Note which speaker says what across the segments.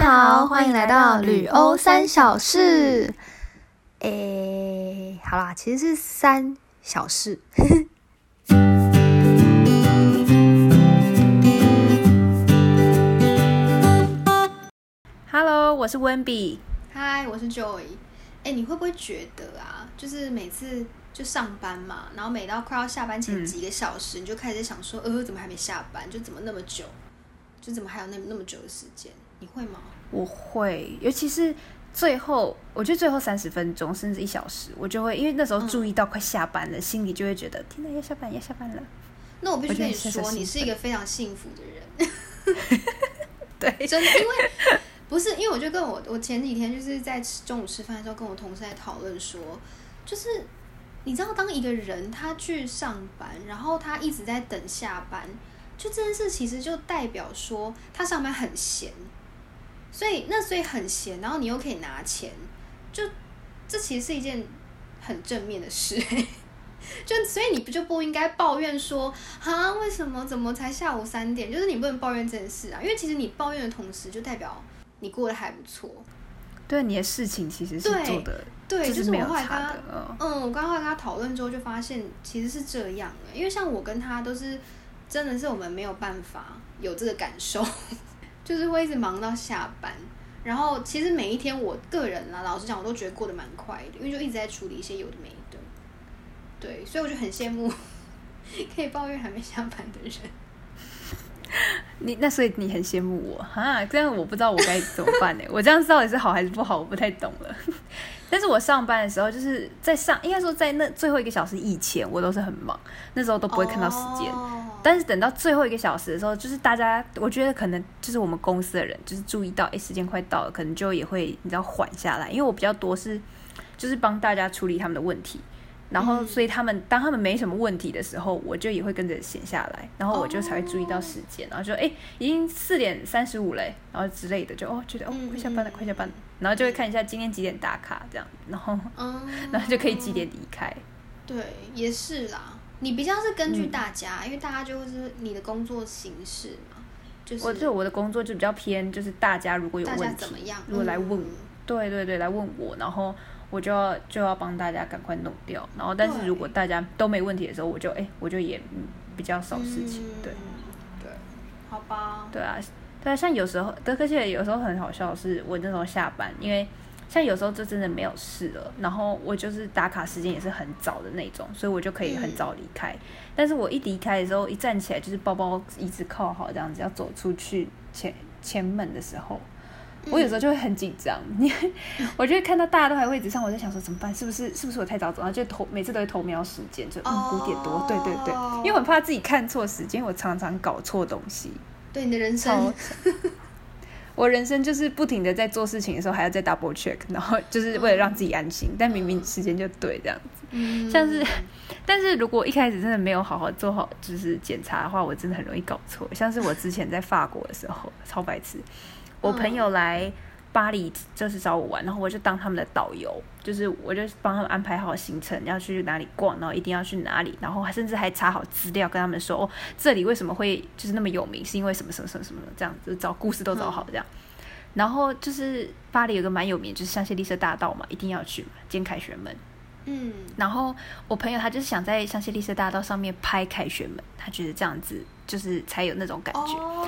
Speaker 1: 好，欢迎来到旅欧三小事。诶，哎好啦，其实是三小事。
Speaker 2: Hello，我是温比。
Speaker 1: 嗨，我是 Joy。哎，你会不会觉得啊，就是每次就上班嘛，然后每到快要下班前
Speaker 2: 嗯
Speaker 1: 几个小时，你就开始想说，呃，怎么还没下班？就怎么那么久？就怎么还有那那么久的时间？你会吗？
Speaker 2: 我会，尤其是最后，我觉得最后三十分钟甚至一小时，我就会因为那时候
Speaker 1: 嗯
Speaker 2: 注意到快下班了，心里就会觉得天哪，要下班要下班 了。
Speaker 1: 那我必须
Speaker 2: 我觉得
Speaker 1: 跟你
Speaker 2: 你是个
Speaker 1: 说，你
Speaker 2: 幸
Speaker 1: 是一个非常幸福的人。
Speaker 2: 对，
Speaker 1: 真的，因为不是因为我就跟我我前几天就是在吃中午吃饭的时候跟我同事在讨论说，就是你知道，当一个人他去上班，然后他一直在等下班，就这件事其实就代表说他上班很闲，所以那所以很闲，然后你又可以拿钱，就这其实是一件很正面的事、就所以你不就不应该抱怨说啊，为什么怎么才下午三点？就是你不能抱怨这件事啊，因为其实你抱怨的同时，就代表你过得还不错。
Speaker 2: 对你的事情其实是
Speaker 1: 对
Speaker 2: 做的，
Speaker 1: 对，就是是
Speaker 2: 没
Speaker 1: 我
Speaker 2: 有
Speaker 1: 后来跟
Speaker 2: 差
Speaker 1: 他
Speaker 2: 的。嗯，
Speaker 1: 嗯，我刚刚跟他讨论之后，就发现其实是这样的、因为像我跟他都是，真的是我们没有办法有这个感受， 就是会一直忙到下班。然后其实每一天，我个人啦，老实讲，我都觉得过得蛮快的，因为就一直在处理一些有的没的。对，所以我就很羡慕 可以抱怨还没下班的人。
Speaker 2: 你那所以你很羡慕我哈，这样我不知道我该怎么办呢、 欸我这样到底是好还是不好，我不太懂了。 但是我上班的时候，就是在上，应该说在那最后一个小时以前，我都是很忙，那时候都不会看到时间。
Speaker 1: 哦
Speaker 2: 但是等到最后一个小时的时候，就是大家，我觉得可能就是我们公司的人，就是注意到，哎、时间快到了，可能就也会你知道缓下来，因为我比较多是就是帮大家处理他们的问题，然后
Speaker 1: 嗯
Speaker 2: 所以他们、当他们没什么问题的时候，我就也会跟着闲下来，然后我就才会注意到时
Speaker 1: 哦
Speaker 2: 间，然后就哎、诶已经四点三十五嘞，然后之类的，就哦觉得哦
Speaker 1: 嗯
Speaker 2: 快下班了，
Speaker 1: 嗯
Speaker 2: 快下班了，然后就会看一下今天几点打卡这样，然后
Speaker 1: 嗯
Speaker 2: 然后就可以几点离开，
Speaker 1: 对，也是啦。你比较是根据
Speaker 2: 嗯
Speaker 1: 大家，因为大家就是你的工作形式嘛，就是
Speaker 2: 我对我的工作就比较偏，就是大家如果有
Speaker 1: 大家
Speaker 2: 问
Speaker 1: 怎
Speaker 2: 题
Speaker 1: 么。样，
Speaker 2: 如果来问我
Speaker 1: 嗯
Speaker 2: 对对对，来问我，然后我就要就要帮大家赶快弄掉。然后，但是
Speaker 1: 对
Speaker 2: 如果大家都没问题的时候，我就哎，我就也嗯比较少事情。
Speaker 1: 嗯
Speaker 2: 对
Speaker 1: 对，好吧，
Speaker 2: 对啊，对啊，像有时候德克谢有时候很好笑的是，我那时候下班，因为像有时候就真的没有事了，然后我就是打卡时间也是很早的那种，所以我就可以很早离开。但是我一离开的时候，一站起来就是包包一直靠好这样子，要走出去前前门的时候，我有时候就会很紧张，你 我就会看到大家都还位置上，我在想说怎么办？是不是是不是我太早走？然后就头每次都会头瞄时间，就嗯五点多，对对对，因为我很怕自己看错时间，我常常搞错东西。
Speaker 1: 对你的人
Speaker 2: 超
Speaker 1: 生，
Speaker 2: 我人生就是不停的在做事情的时候还要再 double check，然后就是为了让自己安心，但明明时间就对这样子。
Speaker 1: 嗯
Speaker 2: 像是但是如果一开始真的没有好好做好就是检查的话，我真的很容易搞错。像是我之前在法国的时候，超白痴，我朋友来巴黎就是找我玩，然后我就当他们的导游，就是我就帮他们安排好行程，要去哪里逛，然后一定要去哪里，然后还甚至还查好资料，跟他们说哦，这里为什么会就是那么有名，是因为什么什么什么什么这样子，就找故事都找好这样。然后就是巴黎有个蛮有名的，就是香榭丽舍大道嘛，一定要去嘛，兼凯旋门。
Speaker 1: 嗯
Speaker 2: 然后我朋友他就是想在香榭丽舍大道上面拍凯旋门，他觉得这样子就是才有那种感觉。
Speaker 1: 哦，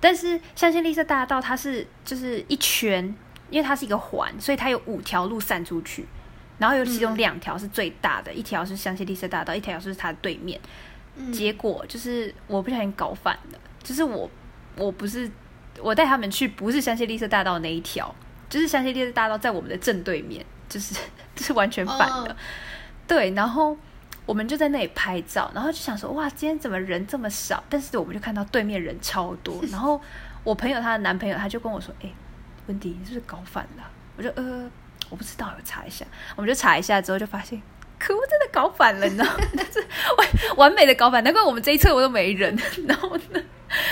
Speaker 2: 但是香榭丽舍大道它是就是一圈，因为它是一个环，所以它有五条路散出去，然后有其中
Speaker 1: 嗯
Speaker 2: 两条是最大的，一条是香榭丽舍大道，一条是它的对面。
Speaker 1: 嗯
Speaker 2: 结果就是我不小心搞反了，就是我我不是我带他们去不是香榭丽舍大道那一条，就是香榭丽舍大道在我们的正对面，就是 就是完全反的。
Speaker 1: 哦
Speaker 2: 对，然后我们就在那里拍照，然后就想说哇，今天怎么人这么少？但是我们就看到对面人超多，然后我朋友她的男朋友他就跟我说，哎、温迪你是不是搞反了啊、我就呃我不知道，我查一下，我们就查一下之后就发现。可恶，真的搞反了，你知道吗？ 但是完完美的搞反，难怪我们这一侧我都没人。然后呢，然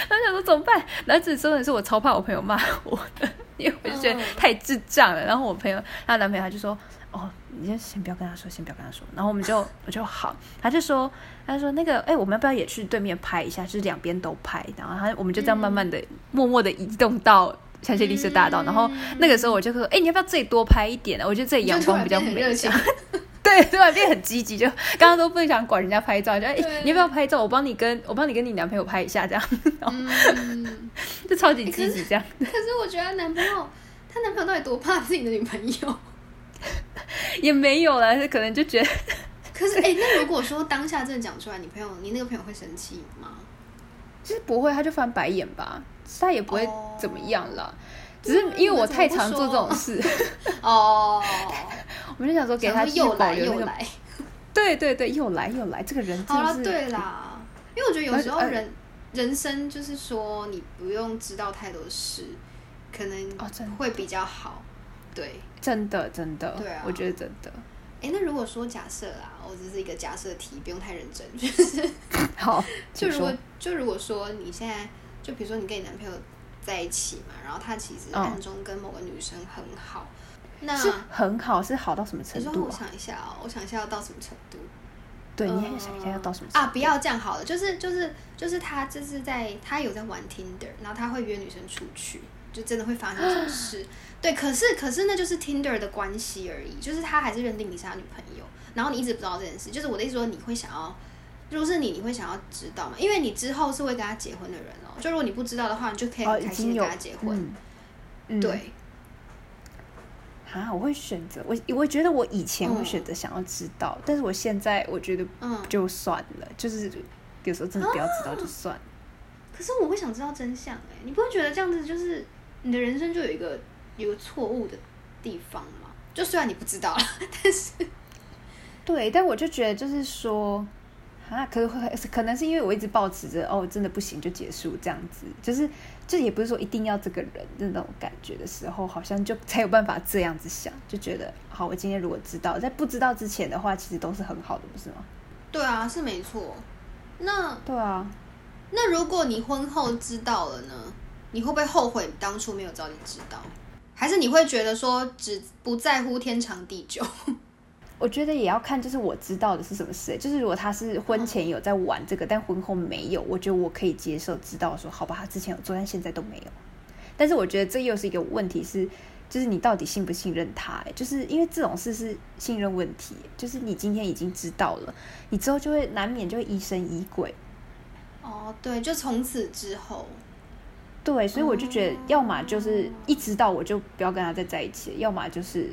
Speaker 2: 后想说怎么办？然后只真的是我超怕我朋友骂我的，因为我就觉得
Speaker 1: 嗯
Speaker 2: 太智障了。然 后我朋友她男朋友他就说：“哦，你先先不要跟他说，先不要跟他说。”然后我们就 我就好，他就说他就说那个哎、我们要不要
Speaker 1: 嗯
Speaker 2: 也去对面拍一下？就是两边都拍，然后他我们就这样慢慢的、默默的移动到香榭丽舍大道，然后那个时候我就说，哎、你要不要这里多拍一点啊？我觉得这里阳光比较
Speaker 1: 就突然变得很
Speaker 2: 美
Speaker 1: 热。情
Speaker 2: 对，突然变得很积极，就刚刚都不想管人家拍照，就哎、
Speaker 1: 对
Speaker 2: 你要不要拍照？我帮你跟我帮你跟你男朋友拍一下，这样
Speaker 1: 嗯，
Speaker 2: 就超级
Speaker 1: 哎可是
Speaker 2: 积极这样。
Speaker 1: 可是我觉得她男朋友，她男朋友到底多怕自己的女朋友？
Speaker 2: 也没有啦，可能就觉得
Speaker 1: 可是哎、那如果说当下真的讲出来，你朋友，你那个朋友会生气吗？
Speaker 2: 就是不会，他就翻白眼吧，他也不会
Speaker 1: 哦
Speaker 2: 怎么样啦。
Speaker 1: 嗯
Speaker 2: 只是因为
Speaker 1: 那
Speaker 2: 我
Speaker 1: 怎么
Speaker 2: 太
Speaker 1: 不
Speaker 2: 常做这
Speaker 1: 说
Speaker 2: 种事，
Speaker 1: 哦，
Speaker 2: 我们就想说给他
Speaker 1: 想
Speaker 2: 继
Speaker 1: 说
Speaker 2: 续
Speaker 1: 又
Speaker 2: 保
Speaker 1: 来
Speaker 2: 留那
Speaker 1: 又
Speaker 2: 个
Speaker 1: 来，
Speaker 2: 对对对，又来又来，这个人真
Speaker 1: 好
Speaker 2: 的
Speaker 1: 了，啊
Speaker 2: 是哎
Speaker 1: 对啦，因为我觉得有时候
Speaker 2: 而且
Speaker 1: 人、人生就是说，你不用知道太多事，可
Speaker 2: 哦真
Speaker 1: 能
Speaker 2: 的
Speaker 1: 会比较好。对，
Speaker 2: 真的真的，
Speaker 1: 对啊
Speaker 2: 我觉得真的。
Speaker 1: 哎，那如果说假设啦，我只是一个假设题，不用太认 真。就是
Speaker 2: 好，
Speaker 1: 就
Speaker 2: 请
Speaker 1: 如果
Speaker 2: 说
Speaker 1: 就如果说你现在，就比如说你跟你男朋友在一起嘛，然后他其实
Speaker 2: 嗯
Speaker 1: 暗中跟某个女生很好，那
Speaker 2: 是很好，是好到什么程
Speaker 1: 你说
Speaker 2: 度
Speaker 1: 我
Speaker 2: 啊？
Speaker 1: 想一下哦，我想一下要到什么程度？
Speaker 2: 对，你
Speaker 1: 呃
Speaker 2: 也想一下要到什么程度哦
Speaker 1: 啊？不要这样好了，就是就是就是他就是在他有在玩 Tinder，然后他会约女生出去，就真的会发生 这种事。对，可是可是那就是 Tinder 的关系而已，就是他还是认定你是他女朋友，然后你一直不知道这件事。就是我的意思说，你会想要，如果是你，你会想要知道吗？因为你之后是会跟他结婚的人哦、就如果你不知道的话，你就可以
Speaker 2: 哦，
Speaker 1: 很
Speaker 2: 已
Speaker 1: 开心
Speaker 2: 经
Speaker 1: 的
Speaker 2: 有
Speaker 1: 跟他结婚。。
Speaker 2: 嗯，嗯
Speaker 1: 对，
Speaker 2: 啊，我会选择我，我觉得我以前会
Speaker 1: 嗯
Speaker 2: 选择想要知道，但是我现在我觉得
Speaker 1: 嗯。
Speaker 2: 就算了，就是有时候真的不要知道就算了。
Speaker 1: 可是我会想知道真相哎、你不会觉得这样子就是你的人生就有一个有个错误的地方吗？就虽然你不知道了，但是
Speaker 2: 对，但我就觉得就是说，啊，可会可能是因为我一直保持着哦，真的不行就结束这样子，就是就也不是说一定要这个人的那种感觉的时候，好像就才有办法这样子想，就觉得好，我今天如果知道，在不知道之前的话，其实都是很好的，不是吗？
Speaker 1: 对啊，是没错。那
Speaker 2: 对啊，
Speaker 1: 那如果你婚后知道了呢？你会不会后悔当初没有早点知道？还是你会觉得说只不在乎天长地久？
Speaker 2: 我觉得也要看，就是我知道的是什么事、欸就是如果他是婚前有在玩这个，但婚后没有，我觉得我可以接受，知道说好吧，他之前有做，但现在都没有。但是我觉得这又是一个问题是，就是你到底信不信任他、欸？就是因为这种事是信任问题，欸就是你今天已经知道了，你之后就会难免就会疑神疑鬼。
Speaker 1: 哦，对，就从此之后，
Speaker 2: 对，所以我就
Speaker 1: 哦
Speaker 2: 觉得，要么就是一知道我就不要跟他再在一起，要么就是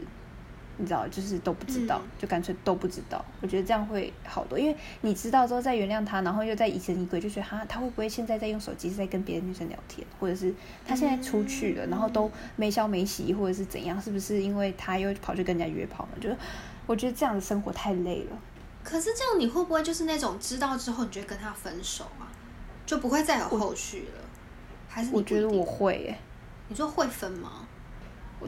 Speaker 2: 你知道，就是都不知道，
Speaker 1: 嗯
Speaker 2: 就干脆都不知道。我觉得这样会好多，因为你知道之后再原谅他，然后又再疑神疑鬼，就觉得哈，他会不会现在在用手机是在跟别的女生聊天，或者是他现在出去了，然后
Speaker 1: 嗯
Speaker 2: 都没消没息，或者是怎样？是不是因为他又跑去跟人家约炮了？就是我觉得这样的生活太累了。
Speaker 1: 可是这样你会不会就是那种知道之后你就会跟他分手啊？就不会再有后续了？还是你
Speaker 2: 我
Speaker 1: 不
Speaker 2: 觉
Speaker 1: 一
Speaker 2: 得
Speaker 1: 定
Speaker 2: 我会、耶，
Speaker 1: 你说会分吗？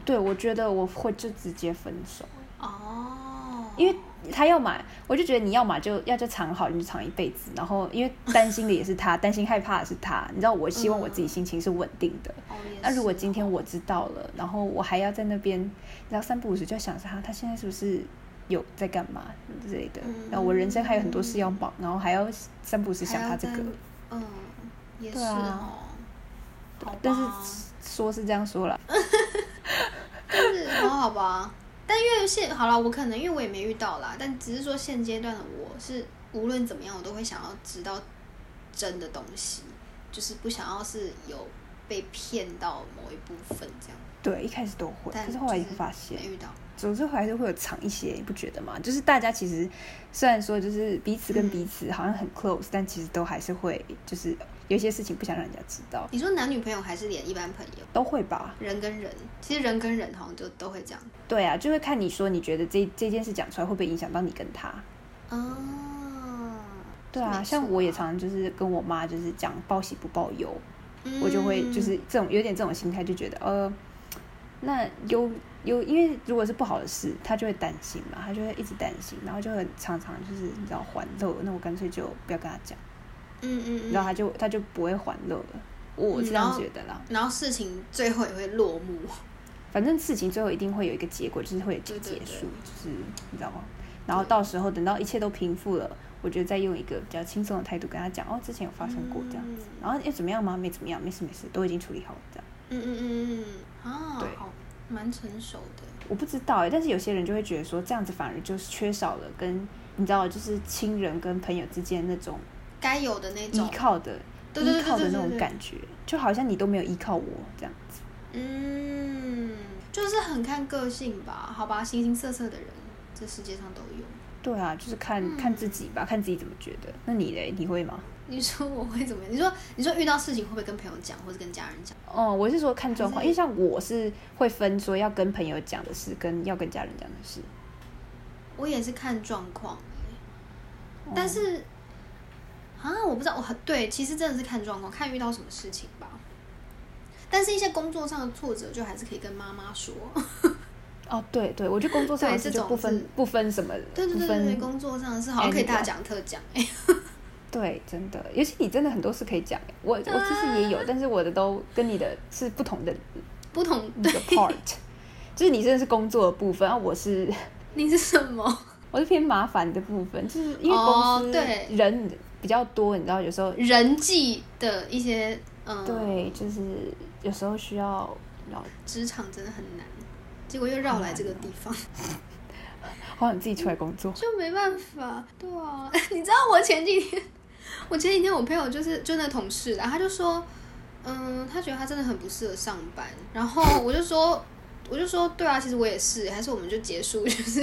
Speaker 2: 对我觉得我会就直接分手。
Speaker 1: 哦，
Speaker 2: 因为他要买，我就觉得你要买就要就藏好，你就藏一辈子。然后因为担心的也是他，担心害怕的是他。你知道，我希望我自己心情是稳定的。
Speaker 1: 哦也
Speaker 2: 那、如果
Speaker 1: 是
Speaker 2: 今
Speaker 1: 哦
Speaker 2: 天我知道了，然后我还要在那边，你知道三不五时就想着他，他现在是不是有在干嘛之类的
Speaker 1: 嗯。
Speaker 2: 然后我人生还有很多事要忙，然后还要三不五时想
Speaker 1: 还
Speaker 2: 他
Speaker 1: 要
Speaker 2: 这个
Speaker 1: 再。嗯，也是
Speaker 2: 对啊
Speaker 1: 哦，
Speaker 2: 对
Speaker 1: 好吧
Speaker 2: 但是说是这样说了，
Speaker 1: 但是好好吧，但因为现好了，我可能因为我也没遇到啦，但只是说现阶段的我是无论怎么样，我都会想要知道真的东西，就是不想要是有被骗到某一部分这样，
Speaker 2: 对，一开始都会，
Speaker 1: 但
Speaker 2: 可是后来也
Speaker 1: 就
Speaker 2: 会发现，
Speaker 1: 没遇到，
Speaker 2: 总之还是会有藏一些，你不觉得吗？就是大家其实虽然说就是彼此跟彼此好像很 close，、但其实都还是会就是有一些事情不想让人家知道，
Speaker 1: 你说男女朋友还是连一般朋友，
Speaker 2: 都会吧？
Speaker 1: 人跟人，其实人跟人好像就都会这样，
Speaker 2: 对啊，就会看你说你觉得这这件事讲出来会不会影响到你跟他。
Speaker 1: 哦啊，
Speaker 2: 对啊，
Speaker 1: 没
Speaker 2: 像
Speaker 1: 错
Speaker 2: 我也
Speaker 1: 啊
Speaker 2: 常常就是跟我妈就是讲报喜不报忧，我就会就
Speaker 1: 嗯
Speaker 2: 是这种有点这种心态，就觉得呃，那忧忧，因为如果是不好的事，他就会担心嘛，他就会一直担心，然后就会常常就是你知道还漏，那我干脆就不要跟他讲。
Speaker 1: 嗯嗯嗯，
Speaker 2: 然后他就他就不会还乐了。我
Speaker 1: 嗯
Speaker 2: 这
Speaker 1: 然
Speaker 2: 样
Speaker 1: 后
Speaker 2: 觉得啦，
Speaker 1: 然后事情最后也会落幕。
Speaker 2: 反正事情最后一定会有一个结果，就是会有结
Speaker 1: 对对对
Speaker 2: 束，就是你知道吗？然后到时候等到一切都平复了，我觉得再用一个比较轻松的态度跟他讲，哦，之前有发生过这样子，
Speaker 1: 嗯
Speaker 2: 然后又怎么样吗？没怎么样，没事没事，都已经处理好了这样。
Speaker 1: 嗯嗯嗯嗯嗯，啊，
Speaker 2: 对
Speaker 1: 好，蛮成熟的。
Speaker 2: 我不知道哎、但是有些人就会觉得说，这样子反而就是缺少了跟你知道，就是亲人跟朋友之间那种
Speaker 1: 该有的那
Speaker 2: 依
Speaker 1: 种，
Speaker 2: 靠的、
Speaker 1: 对对
Speaker 2: 依靠的
Speaker 1: 对对对对
Speaker 2: 那种
Speaker 1: 对
Speaker 2: 感觉，就好像你都没有依靠我这样子。
Speaker 1: 嗯，就是很看个性吧，好吧，形形色色的人，这世界上都有。
Speaker 2: 对啊，就是看、
Speaker 1: 嗯
Speaker 2: 看自己吧，看自己怎么觉得。那你嘞，你会吗？
Speaker 1: 你说我会怎么样？你说你说遇到事情会不会跟朋友讲，或者跟家人讲？
Speaker 2: 哦，我是说看状
Speaker 1: 还
Speaker 2: 况，
Speaker 1: 是
Speaker 2: 因为像我是会分说要跟朋友讲的事，跟要跟家人讲的事。
Speaker 1: 我也是看状况、但是啊，我不知道，我很对，其实真的是看状况，看遇到什么事情吧。但是，一些工作上的挫折，就还是可以跟妈妈说。
Speaker 2: 哦，对对，我觉得工作上
Speaker 1: 对
Speaker 2: 的事
Speaker 1: 这
Speaker 2: 就
Speaker 1: 种
Speaker 2: 不分
Speaker 1: 是
Speaker 2: 不分什么，
Speaker 1: 对对
Speaker 2: 不
Speaker 1: 对对对，
Speaker 2: 分
Speaker 1: 工作上的事好像可以大讲特讲、哎，
Speaker 2: 对，真的，尤其你真的很多事可以讲。我我其实也有，
Speaker 1: 啊
Speaker 2: 但是我的都跟你的是不同的
Speaker 1: 不同
Speaker 2: 那
Speaker 1: 对，
Speaker 2: 个 part，就是 你真的是工作的部分，啊，我是
Speaker 1: 你是什么
Speaker 2: 我是偏麻烦的部分，就是因为
Speaker 1: 哦
Speaker 2: 公
Speaker 1: 对
Speaker 2: 司人比较多，你知道有时候
Speaker 1: 人际的一些嗯，
Speaker 2: 对，就是有时候需要要，
Speaker 1: 职场真的很难，结果又绕来这个地方，
Speaker 2: 好想自己出来工作。
Speaker 1: 就没办法。对啊，你知道我前几天，我前几天我朋友就是就那同事啊啦，他就说，嗯，他觉得他真的很不适合上班，然后我就说。我就说对啊，其实我也是，还是我们就结束，就是，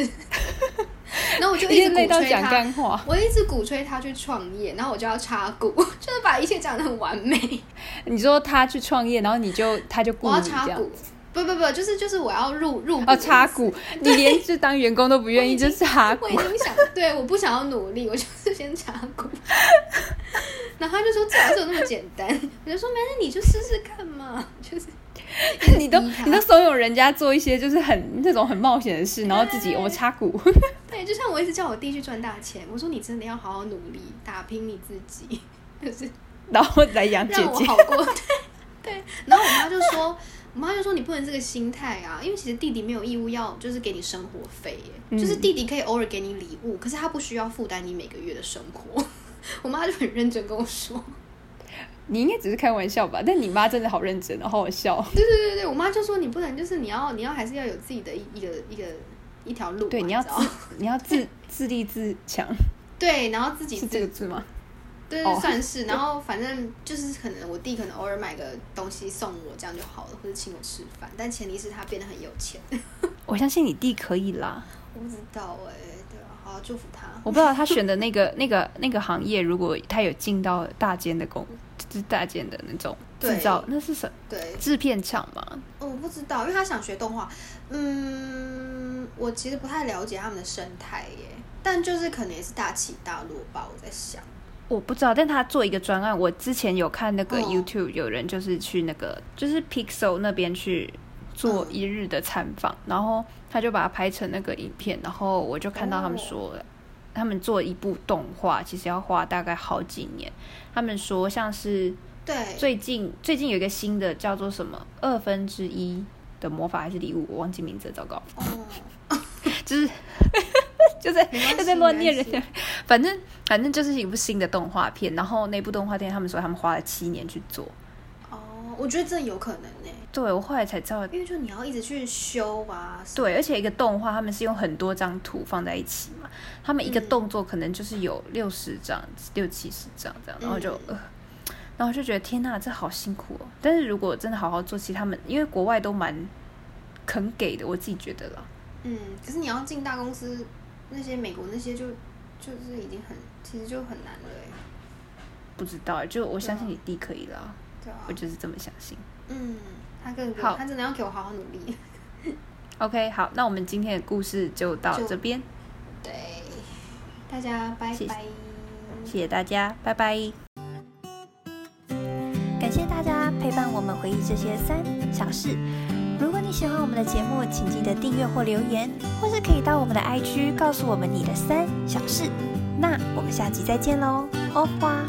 Speaker 1: 然后我就一直
Speaker 2: 直
Speaker 1: 鼓
Speaker 2: 累到
Speaker 1: 吹
Speaker 2: 讲
Speaker 1: 他，
Speaker 2: 干话，
Speaker 1: 我一直鼓吹他去创业，然后我就要插股，就是把一切讲得很完美。
Speaker 2: 你说他去创业，然后你就他就雇
Speaker 1: 我要
Speaker 2: 你这
Speaker 1: 插
Speaker 2: 样
Speaker 1: 股，不不不，就是就是我要入入股
Speaker 2: 哦，插股，你连就当员工都不愿意，就插股
Speaker 1: 我已。经想，对，我不想要努力，我就是先插股。然后他就说最好是有那么简单，我就说没事，你就试试看嘛，就是
Speaker 2: 你都
Speaker 1: 逼他
Speaker 2: 你都怂恿人家做一些就是很那种很冒险的事，然后自己我插股，
Speaker 1: 对，就像我一直叫我弟去赚大钱，我说你真的要好好努力，打拼你自己，就是
Speaker 2: 然后来养姐
Speaker 1: 让我
Speaker 2: 姐。
Speaker 1: 好过。 对对，然后我妈就说，我妈就说你不能这个心态啊，因为其实弟弟没有义务要就是给你生活费耶，就是
Speaker 2: 嗯
Speaker 1: 弟弟可以偶尔给你礼物，可是他不需要负担你每个月的生活。 我妈就很认真跟我说，
Speaker 2: 你应该只是开玩笑吧？但你妈真的好认真哦，好好笑。
Speaker 1: 对对对对，我妈就说你不能就是你要你要还是要有自己的一一个一个一条路嘛，
Speaker 2: 对，
Speaker 1: 你
Speaker 2: 你要
Speaker 1: 知
Speaker 2: 自
Speaker 1: 道
Speaker 2: 你要自自立自强，
Speaker 1: 对，然后自己
Speaker 2: 是
Speaker 1: 自
Speaker 2: 这个字吗？
Speaker 1: 对，
Speaker 2: 哦
Speaker 1: 算是。然后反正就是可能我弟可能偶尔买个东西送我，这样就好了，或者请我吃饭。但前提是他变得很有钱。
Speaker 2: 我相信你弟可以啦。
Speaker 1: 我不知道哎、对啊，好祝福他。
Speaker 2: 我不知道他选的那个 那个那个行业，如果他有进到大间的工，就是大间的那种
Speaker 1: 对
Speaker 2: 制造，那是什
Speaker 1: 对，
Speaker 2: 制片厂嘛？
Speaker 1: 哦我不知道，因为他想学动画。嗯，我其实不太了解他们的生态耶，但就是可能也是大起大落吧。我在想，
Speaker 2: 我不知道，但他做一个专案，我之前有看那个
Speaker 1: 哦
Speaker 2: YouTube 有人就是去那个就是 Pixel 那边去做
Speaker 1: 嗯
Speaker 2: 一日的参访，然后他就把它拍成那个影片，然后我就看到他们
Speaker 1: 哦
Speaker 2: 说，他们做一部动画其实要花大概好几年，他们说像是
Speaker 1: 对，
Speaker 2: 最近最近有一个新的叫做什么二分之一的魔法还是礼物，我忘记名字了，糟糕，
Speaker 1: 哦，
Speaker 2: 就是 就在
Speaker 1: 没关系
Speaker 2: 就在乱念人
Speaker 1: 没
Speaker 2: 家
Speaker 1: 关，
Speaker 2: 反正反正就是一部新的动画片，然后那部动画片他们说他们花了七年去做，
Speaker 1: 哦，我觉得真的有可能欸呢，
Speaker 2: 对我后来才知道，
Speaker 1: 因为就你要一直去修啊。什么
Speaker 2: 对，而且一个动画他们是用很多张图放在一起嘛，他们一
Speaker 1: 嗯
Speaker 2: 个动作可能就是有六十张、六七十张这样，然后就、
Speaker 1: 嗯
Speaker 2: 呃，然后就觉得天呐，这好辛苦哦。但是如果真的好好做，其实他们因为国外都蛮肯给的，我自己觉得啦。
Speaker 1: 嗯，可是你要进大公司，那些美国那些就就是已经很，其实就很难了欸
Speaker 2: 不知道，就我相信
Speaker 1: 对啊
Speaker 2: 你弟可以啦，
Speaker 1: 对啊
Speaker 2: 我，就是这么相信。
Speaker 1: 嗯，他更
Speaker 2: 好
Speaker 1: 他真的要给我好好努力。
Speaker 2: OK，好，那我们今天的故事就到
Speaker 1: 就嗯
Speaker 2: 这边，
Speaker 1: 对，大家拜
Speaker 2: 谢谢
Speaker 1: 拜。
Speaker 2: 谢谢大家，拜拜。
Speaker 3: 感谢大家陪伴我们回忆这些三小事。如果你喜欢我们的节目，请记得订阅或留言，或是可以到我们的 IG 告诉我们你的三小事。那我们下集再见喽，欧花。